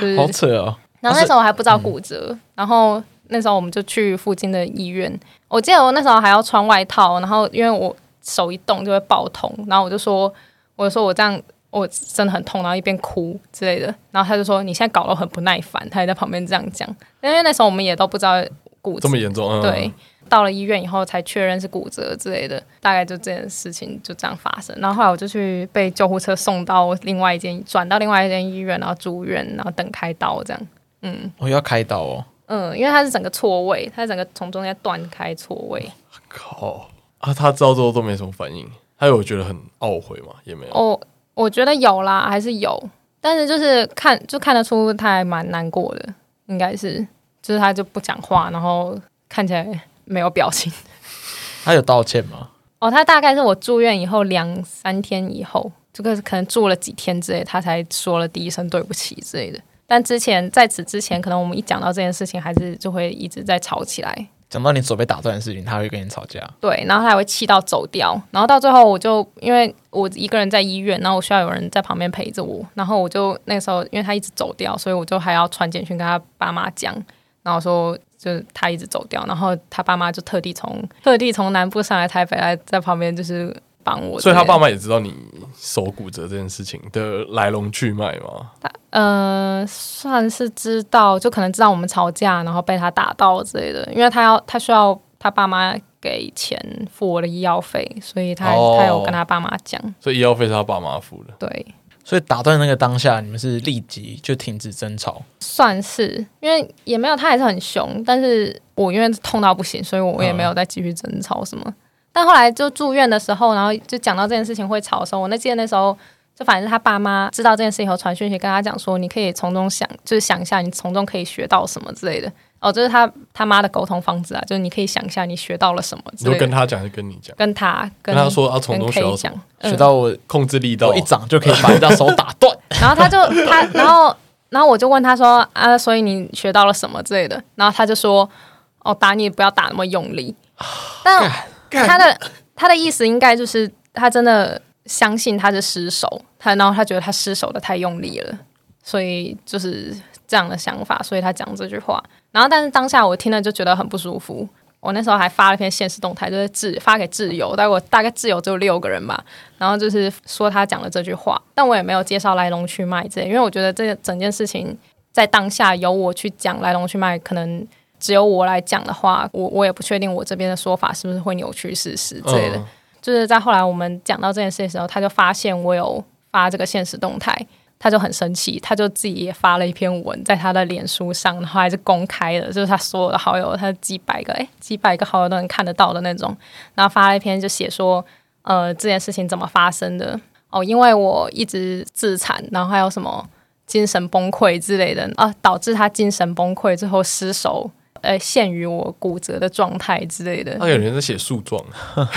就是
好扯哦。
然
啊
后那时候我还不知
嗯
道骨折，然后那时候我们就去附近的医院。我记得我那时候还要穿外套，然后因为我手一动就会爆痛，然后我就说，我就说我这样我真的很痛，然后一边哭之类的。然后他就说你现在搞得我很不耐烦，他也在旁边这样讲。因为那时候我们也都不知道骨折
这么严重？嗯、
对，，到了医院以后才确认是骨折之类的，大概就这件事情就这样发生。然后后来我就去被救护车送到另外一间，转到另外一间医院，然后住院，然后等开刀这样。嗯
我、要开刀哦
嗯，因为它是整个错位，它整个从中间断开错位。
靠啊！他知道之后都没什么反应，他有觉得很懊悔嘛？也没有。
哦，我觉得有啦，还是有，但是就是看就看得出他还蛮难过的，应该是，就是他就不讲话，然后看起来没有表情。 *laughs*
他有道歉吗？
哦，他大概是我住院以后两三天以后，这个可能住了几天之类，他才说了第一声对不起之类的。但之前在此之前，可能我们一讲到这件事情，还是就会一直在吵起来。
讲到你手被打断的事情，他会跟你吵架。
对，然后他还会气到走掉，然后到最后我就因为我一个人在医院，然后我需要有人在旁边陪着我，然后我就那时候因为他一直走掉，所以我就还要传简讯跟他爸妈讲，然后说就是他一直走掉，然后他爸妈就特地从特地从南部上来台北来在旁边就是帮我之
所
类的，
以他爸妈也知道你手骨折这件事情的来龙去脉嘛？
呃，算是知道，就可能知道我们吵架，然后被他打到之类的，因为他要他需要他爸妈给钱付我的医药费，所以他、
哦
他有跟他爸妈讲，
所以医药费是他爸妈付的。
对，
所以打断那个当下，你们是立即就停止争吵。
算是，因为也没有他还是很凶，但是我因为痛到不行，所以我也没有再继续争吵什么。但后来就住院的时候，然后就讲到这件事情会吵的时候，我那记得那时候就反正他爸妈知道这件事以后传讯息跟他讲说，你可以从中想，就是想一下你从中可以学到什么之类的。哦，这、是他他妈的沟通方式啊，就是你可以想一下你学到了什么之类
你就
的。
跟他讲，就跟你讲，
跟他跟
跟他说啊从中
跟 K
学到什
讲
么，
嗯
学到我
控制力道哦
我一掌就可以把你的手打断。
然后他就他，然后然后我就问他说啊，所以你学到了什么之类的，然后他就说哦，打你不要打那么用力。但他的他的意思应该就是他真的相信他是失手，他然后他觉得他失手的太用力了，所以就是这样的想法，所以他讲这句话。然后但是当下我听了就觉得很不舒服。我那时候还发了一篇现实动态，就是挚发给挚友，但我大概挚友只有六个人吧，然后就是说他讲了这句话，但我也没有介绍来龙去脉之类，因为我觉得这整件事情在当下由我去讲来龙去脉，可能只有我来讲的话，我我也不确定我这边的说法是不是会扭曲事实之类的。
嗯
就是在后来我们讲到这件事的时候，他就发现我有发这个现实动态，他就很生气，他就自己也发了一篇文在他的脸书上，然后还是公开的，就是他所有的好友，他几百个，哎，几百个好友都能看得到的那种。然后发了一篇就写说，呃，这件事情怎么发生的？哦，因为我一直自残，然后还有什么精神崩溃之类的啊，导致他精神崩溃，最后失手，呃，陷于我骨折的状态之类的。
他有人在写诉状， *laughs*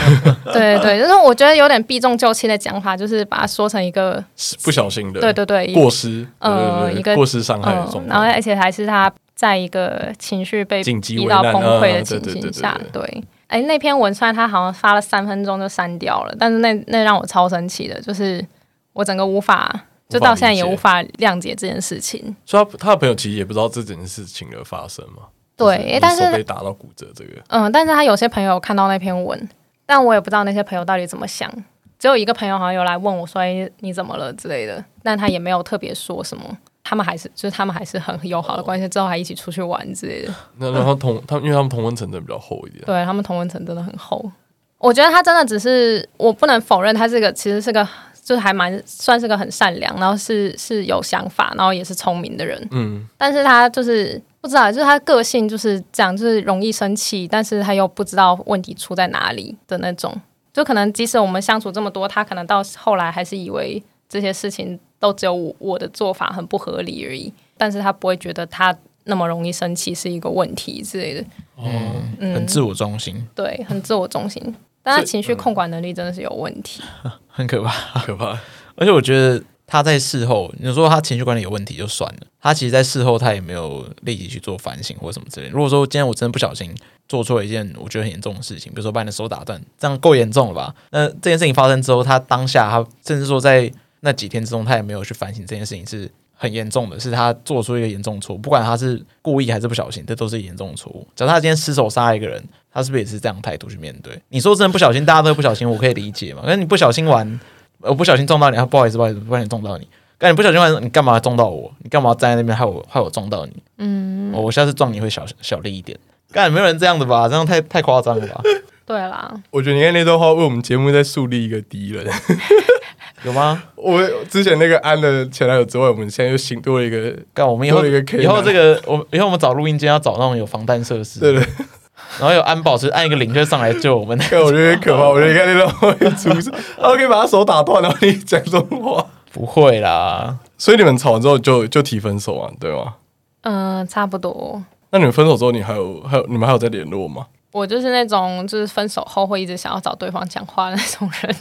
对对，就是我觉得有点避重就轻的讲法，就是把它说成一个
是不小心的，
对对对
过失，
呃
对对对
一个
过失伤害的
嗯
状，
然后
态。
而且还是他在一个情绪被
紧急
逼
危
到
难
崩溃
啊
的情
对对
形
对对
下，对。哎，那篇文虽然他好像发了三分钟就删掉了，但是那那让我超生气的，就是我整个无法，就
无法
到现在
理
也
解
无法谅解这件事情。
所以他他的朋友其实也不知道这件事情的发生嘛。
对
就是你
但是
手被打到骨折这个，
嗯，但是他有些朋友有看到那篇文，但我也不知道那些朋友到底怎么想。只有一个朋友好像有来问我说：“哎，你怎么了？”之类的，但他也没有特别说什么。他们还是就是他们还是很友好的关系，之后还一起出去玩之类的。
那然后同他们因为他们同温层真的比较厚一点，
对他们同温层真的很厚。我觉得他真的只是，我不能否认他这个其实是个，就是还蛮算是个很善良，然后是是有想法，然后也是聪明的人。
嗯，
但是他就是不知道，就是他个性就是这样，就是容易生气，但是他又不知道问题出在哪里的那种。就可能即使我们相处这么多，他可能到后来还是以为这些事情都只有我我的做法很不合理而已，但是他不会觉得他那么容易生气是一个问题之类的。
嗯，很自我中心，
对，很自我中心，但
所
他
以
情绪控管能力真的是有问题。
很可怕。
哦可怕。
而且我觉得他在事后，你说他情绪管理有问题就算了，他其实在事后他也没有立即去做反省或什么之类的。如果说今天我真的不小心做错了一件我觉得很严重的事情，比如说把你的手打断，这样够严重了吧？那这件事情发生之后，他当下他甚至说在那几天之中，他也没有去反省这件事情是。很严重的是，他做出一个严重错误，不管他是故意还是不小心，这都是严重的错误。假如他今天失手杀了一个人，他是不是也是这样的态度去面对？你说真的不小心，大家都会不小心，我可以理解嘛？可是你不小心玩，我不小心撞到你，啊，不好意思，不好意思，不小心撞到你。但你不小心玩，你干嘛撞到我？你干嘛站在那边害我害我撞到你？嗯，我下次撞你会小小力一点。干，没有人这样的吧？这样太太夸张了吧？ *laughs*
对啦，
我觉得你看那段话为我们节目在树立一个敌人。
有吗？
我之前那个安的前男友之外，我们现在又新多了一个，
干，我们以后
多了一个 K
以后
男
这个，我以后我们找录音间要找那种有防弹设
*laughs*
施，
对对，
然后有安保，就是按一个铃就上来救我们。 *laughs*
看我觉得很可怕。我觉得你看那段话会出事， *laughs* 他可以把他手打断，然后你讲这种话。
不会啦，
所以你们吵完之后就就提分手啊，对吗？
嗯、差不多。
那你们分手之后，你还有还有你们还有在联络吗？
我就是那种就是分手后会一直想要找对方讲话的那种人，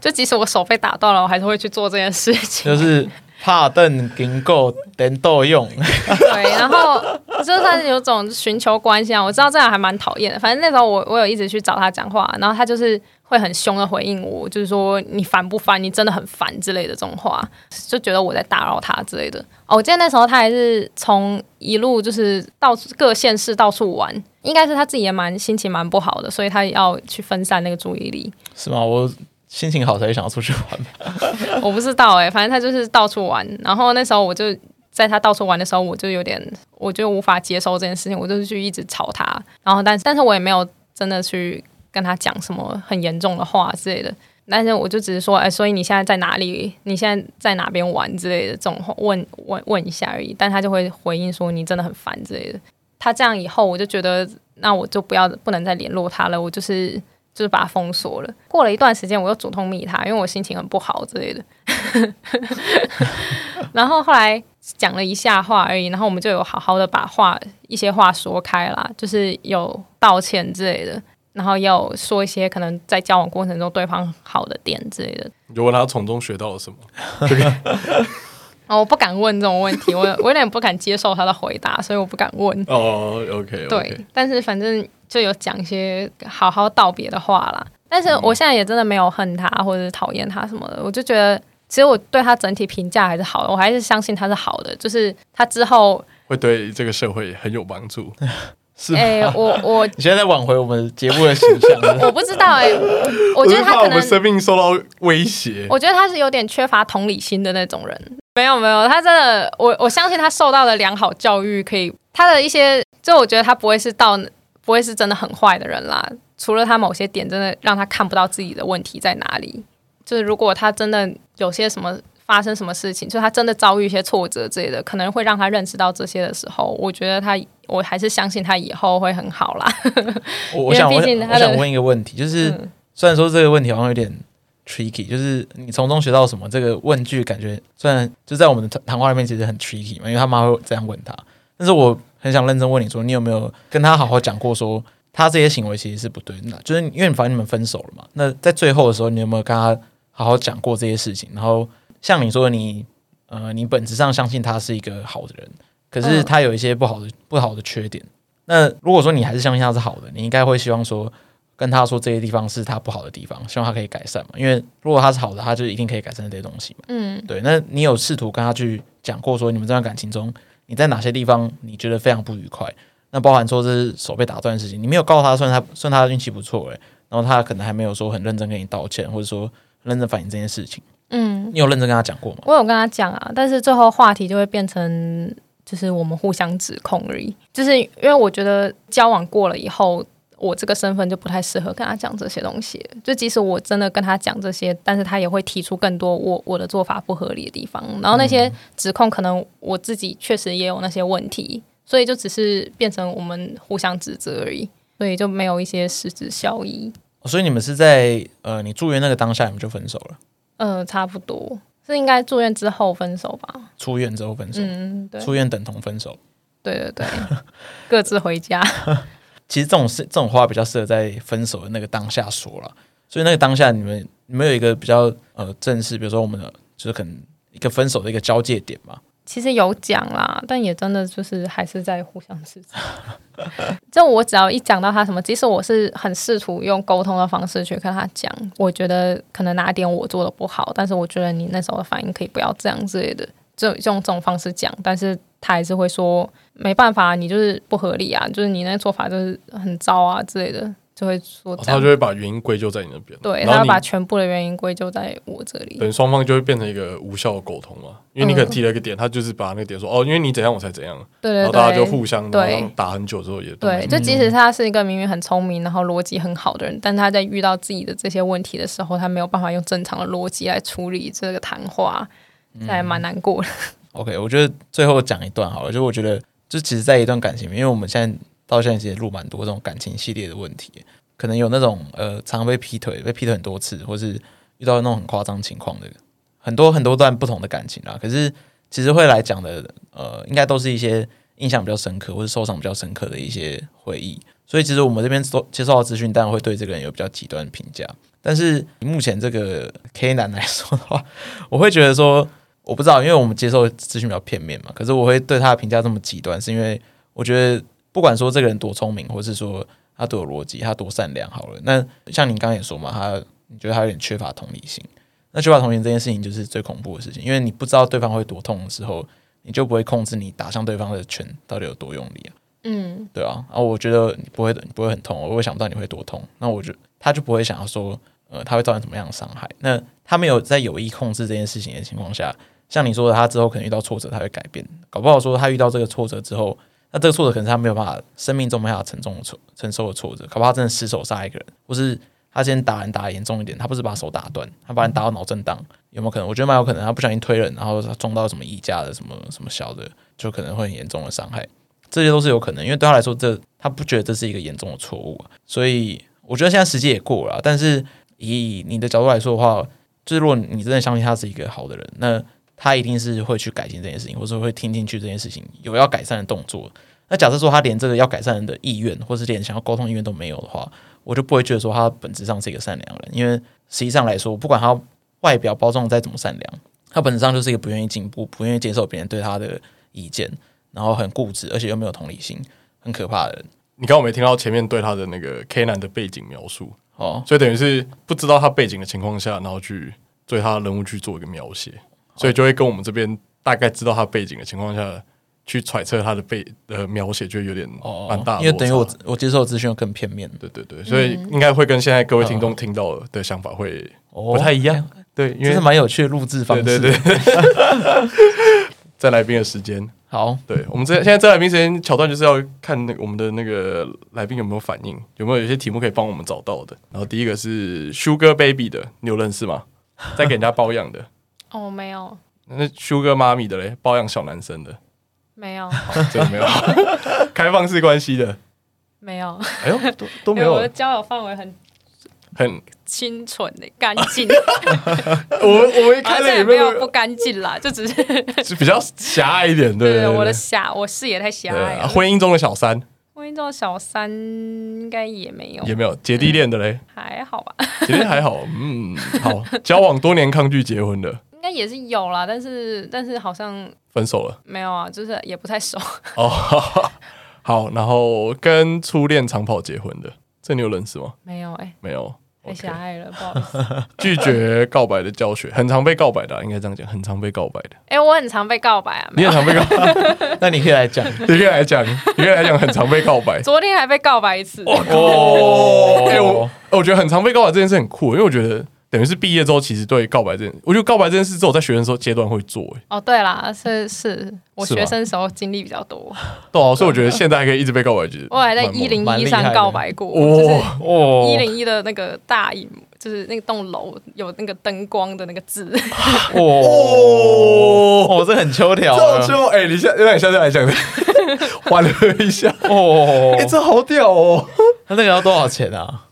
就即使我手被打断了，我还是会去做这件事情。
就是怕凳顶够等豆用， *laughs*
*laughs* 对，然后就算有种寻求关系啊，我知道这样还蛮讨厌的。反正那时候我我有一直去找他讲话，然后他就是会很凶的回应我，就是说你烦不烦？你真的很烦之类的这种话，就觉得我在打扰他之类的。哦，我记得那时候他还是从一路就是到处各县市到处玩，应该是他自己也蛮心情蛮不好的，所以他也要去分散那个注意力。
是吗？我心情好才想要出去玩吧。
*laughs* 我不知道哎、反正他就是到处玩。然后那时候我就在他到处玩的时候，我就有点，我就无法接受这件事情，我就是去一直吵他。然后但但是我也没有真的去跟他讲什么很严重的话之类的。但是我就只是说，哎、所以你现在在哪里？你现在在哪边玩之类的这种话问问问一下而已。但他就会回应说，你真的很烦之类的。他这样以后，我就觉得那我就不要不能再联络他了，我就是就是把他封锁了。过了一段时间，我又主动密他，因为我心情很不好之类的。然后后来讲了一下话而已，然后我们就有好好的把话一些话说开啦，就是有道歉之类的，然后也有说一些可能在交往过程中对方好的点之类的。
你就问他从中学到了什么？
哦，我不敢问这种问题，我我有点不敢接受他的回答，所以我不敢问。
哦，OK，
对，但是反正就有讲一些好好道别的话啦。但是我现在也真的没有恨他或者是讨厌他什么的，我就觉得其实我对他整体评价还是好的，我还是相信他是好的。就是他之后，
会对这个社会很有帮助。
是吗？
哎、我我
你现在在挽回我们节目的形象是不是
我不知道哎、我觉得
是
他
怕
可
我们
能
生命受到威胁。
我觉得他是有点缺乏同理心的那种人。没有没有，他真的，我我相信他受到了良好教育，可以他的一些，就我觉得他不会是到不会是真的很坏的人啦。除了他某些点真的让他看不到自己的问题在哪里，就是如果他真的有些什么发生什么事情，就是他真的遭遇一些挫折之类的，可能会让他认识到这些的时候，我觉得他，我还是相信他以后会很好啦。
我我想
因
我
为毕竟
想
他
我
的嗯
想问一个问题，就是、虽然说这个问题好像有点 tricky，就是你从中学到什么？这个问句感觉虽然就在我们的谈谈话里面其实很 tricky 嘛，因为他妈会这样问他，但是我很想认真问你说，你有没有跟他好好讲过说？他这些行为其实是不对的，那就是因为反正你们分手了嘛。那在最后的时候，你有没有跟他好好讲过这些事情？然后像你说你，呃，你本质上相信他是一个好的人，可是
嗯
他有一些不好的不好的缺点。那如果说你还是相信他是好的，你应该会希望说，跟他说这些地方是他不好的地方，希望他可以改善嘛。因为如果他是好的，他就一定可以改善这些东西嘛。
嗯，
对，那你有试图跟他去讲过说，你们这段感情中，你在哪些地方你觉得非常不愉快？那包含说这是手被打断的事情，你没有告诉他，算他算他运气不错诶、然后他可能还没有说很认真跟你道歉，或者说很认真反映这件事情，
嗯，
你有认真跟他讲过吗？
我有跟他讲啊，但是最后话题就会变成就是我们互相指控而已，就是因为我觉得交往过了以后。我这个身份就不太适合跟他讲这些东西了，就即使我真的跟他讲这些，但是他也会提出更多我我的做法不合理的地方，然后那些指控可能我自己确实也有那些问题，所以就只是变成我们互相指责而已，所以就没有一些实质效益。
所以你们是在呃你住院那个当下你们就分手了，
嗯、差不多是应该住院之后分手吧？
出院之后分手，
嗯，对。
出院等同分手。
对对
*laughs*
对，各自回家。
其实这种事这种话比较适合在分手的那个当下说了。所以那个当下你们你们有一个比较呃正式，比如说我们的就是可能一个分手的一个交界点嘛。
其实有讲啦，但也真的就是还是在互相支持。
*laughs*
就我只要一讲到他什么，即使我是很试图用沟通的方式去跟他讲，我觉得可能哪点我做的不好，但是我觉得你那时候的反应可以不要这样之类的，就用这种方式讲，但是他还是会说没办法，啊你就是不合理啊，就是你那做法就是很糟啊之类的，就会说
哦
这
他
样。
就会把原因归咎在你那边，
对，
然
他
后
要把
你
全部的原因归咎在我这里。
等于双方就会变成一个无效的沟通嘛，因为你可能提了一个点，他就是把那个点说哦，因为你怎样我才怎样，
对嗯
然
对
后
对，
大家就互相
对
然后打很久之后也都没
对，
什么
就即使他是一个明明很聪明，然后逻辑很好的人，但他在遇到自己的这些问题的时候，他没有办法用正常的逻辑来处理这个谈话，
嗯
这还蛮难过的。
OK，我觉得最后讲一段好了，就我觉得就其实，在一段感情里面，因为我们现在到现在其实录蛮多这种感情系列的问题，可能有那种呃常被劈腿，被劈腿很多次，或是遇到那种很夸张情况的，很多很多段不同的感情啦。可是其实会来讲的，呃，应该都是一些印象比较深刻，或是受伤比较深刻的一些回忆。所以其实我们这边收接受到资讯，当然会对这个人有比较极端的评价。但是以目前这个 K 男来说的话，我会觉得说，我不知道，因为我们接受的资讯比较片面嘛。可是我会对他的评价这么极端，是因为我觉得不管说这个人多聪明，或是说他多有逻辑，他多善良，好了，那像您刚刚也说嘛，他你觉得他有点缺乏同理心。那缺乏同理心这件事情就是最恐怖的事情，因为你不知道对方会多痛的时候，你就不会控制你打向对方的拳到底有多用力啊。
嗯，
对啊，啊，我觉得你不会，你不会很痛，我也想不到你会多痛。那我就他就不会想要说，呃，他会造成什么样的伤害？那他没有在有意控制这件事情的情况下，像你说的，他之后可能遇到挫折，他会改变。搞不好说他遇到这个挫折之后，那这个挫折可能是他没有办法生命中没有办法承重的挫承受的挫折，搞不好他真的失手杀一个人，或是他先打人打得严重一点，他不是把手打断，他把人打到脑震荡，有没有可能？我觉得蛮有可能，他不小心推人，然后他撞到什么衣架的什么什么小的，就可能会很严重的伤害。这些都是有可能，因为对他来说，这他不觉得这是一个严重的错误啊、所以我觉得现在时机也过了啊、但是以你的角度来说的话，就是如果你真的相信他是一个好的人，那他一定是会去改进这件事情，或者会听进去这件事情，有要改善的动作。那假设说他连这个要改善的意愿，或是连想要沟通意愿都没有的话，我就不会觉得说他本质上是一个善良人，因为实际上来说，不管他外表包装再怎么善良，他本质上就是一个不愿意进步、不愿意接受别人对他的意见，然后很固执，而且又没有同理心，很可怕的人
你刚我没听到前面对他的那个 K 男的背景描述，
哦。
所以等于是不知道他背景的情况下，然后去对他的人物去做一个描写，所以就会跟我们这边大概知道他背景的情况下去揣测他的背呃描写，就有点
哦，
蛮大的落差、
因为等于我我接受的资讯又更片面，
对对对，所以应该会跟现在各位
嗯
听众听到的想法会不太一样。
哦，
对，因
这是
为
蛮有趣的录制方
对
式。
对对， *laughs* 在来宾的时间，
好，
对我们这现在在来宾时间桥段就是要看那个我们的那个来宾有没有反应，有没有有些题目可以帮我们找到的。然后第一个是 Sugar Baby 的，你有认识吗？在给人家包养的，
*laughs* 哦，没有，
那 Sugar 妈咪的嘞，包养小男生的，
没
*laughs*
有，
真的没有，开放式关系的，
没有，
哎呦，都都没
因为我
有
的，交友范围很
很，
清纯的、干
*laughs*
净，
我们我们一
而
开
且
始
啊也没
也没
有不
有，
干净
*laughs*
啦，就只是
是比较狭隘一点，对对
对
对，
我的
对
狭，我视野太狭
对
隘
啊
了。
婚姻中的小三
婚姻中的小三应该也没有
也，没有，姐弟恋的嘞，
还好吧，
姐弟恋还好，嗯，好，交往多年抗拒结婚的，
应该也是有啦，但是但是好像
分手了，
没有啊，就是也不太熟。 *laughs*
哦， *laughs* 好，然后跟初恋长跑结婚的，这你有认识吗？
没有哎、
没有。
太
OK
狭隘了，不好意思。
拒绝告白的教学，很常被告白的啊、应该这样讲，很常被告白的。
哎、我很常被告白啊，没
你
有
很常被告，
那你可以来讲，
*laughs* 你可以来讲，你可以来讲，很常被告 *laughs* 白。
昨天还被告白一次。
哦
哦，哎、我我觉得很常被告白这件事很酷，因为我觉得等于是毕业之后，其实对告白这件，我觉得告白这件事只有在学生时候阶段会做、哎，
哦，对啦，是是，我
是吗
学生时候经历比较多，
对啊，所以我觉得现在还可以一直被告白，就是
我还在
蛮猛
一零
蛮
一
厉害的
上告白过，就是
哦，
哦
一零一的那个大荧幕，就是那栋楼有那个灯光的那个字， *laughs*
哦哦，这很秋条啊，
这就哎、你下让你下次来讲，缓和一下，
哦
哎、，这好屌哦，
那那个要多少钱啊？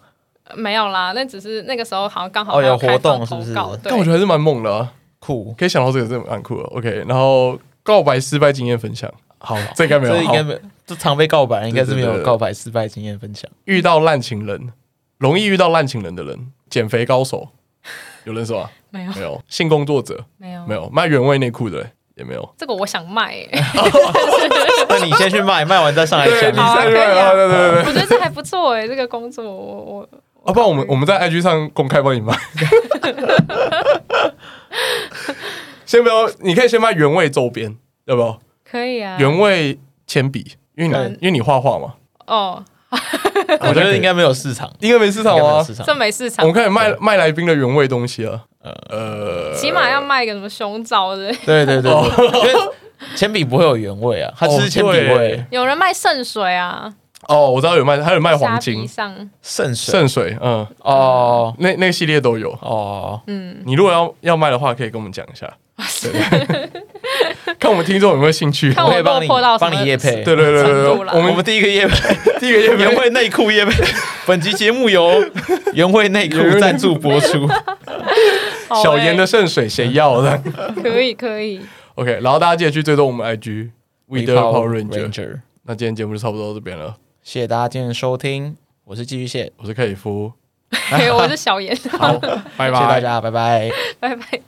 没有啦，那只是那个时候好像刚好
哦
还
有
开放
活动是不是
投稿对
但我觉得还是蛮猛的、啊。
酷，
可以想到这个真的蛮酷的。OK，然后告白失败经验分享，好，这应该没有。
这应该
好
没，这常被告白，应该是没
对对
有
对
告白失败经验分享。
遇到烂情人，容易遇到烂情人的人，减肥高手有认识吗？
没有
没有，性工作者
没有
没有，卖原味内裤的也没有。
这个我想卖、欸，
那你先去卖，卖完再上来
对， *laughs* 你
讲。
好啊
下去
可以啊
卖，对对对对。
我觉得这还不错哎、这个工作我我
啊，不然我们我们在 IG 上公开帮你卖。先不要，你可以先卖原味周边，要不要？
可以啊，
原味铅笔，因为你
嗯
因为你画画嘛，
哦，
我觉得应该没有市场，
应该没市场
应该没有
啊。
市场
这没市
我
场
们，开始卖卖来宾的原味东西了。
起码要卖个什么胸罩的，
对对对对，因为铅笔不会有原味啊，它只是铅笔
哦
味
对。
有人卖圣水啊，
哦，我知道有卖，还有卖黄
虾皮
金、
上
圣水
圣水，嗯，
哦
那那个系列都有。
哦，
你如果要要卖的话，可以跟我们讲一下，对看我们听众有没有兴趣。
看
我可以
落
帮你
魄到什么
帮你业配
对对对对对，
程度啦
我
我
们
们 *laughs* 第一个夜配，
第一个页
原
面
味内裤夜配。 *laughs* 本集节目由原味内裤赞助播 *laughs* 出。
好欸
小盐的圣水谁要的
哎可以可
*laughs*
以，
？OK，然后大家记得去追踪我们 IG We the Power Ranger。
Ranger，
那今天节目就差不多到这边了，
谢谢大家今天的收听，我是寄居蟹，
我是克里夫，
我是小严，
好，拜拜，
谢谢大家，拜拜。
*laughs* 拜拜。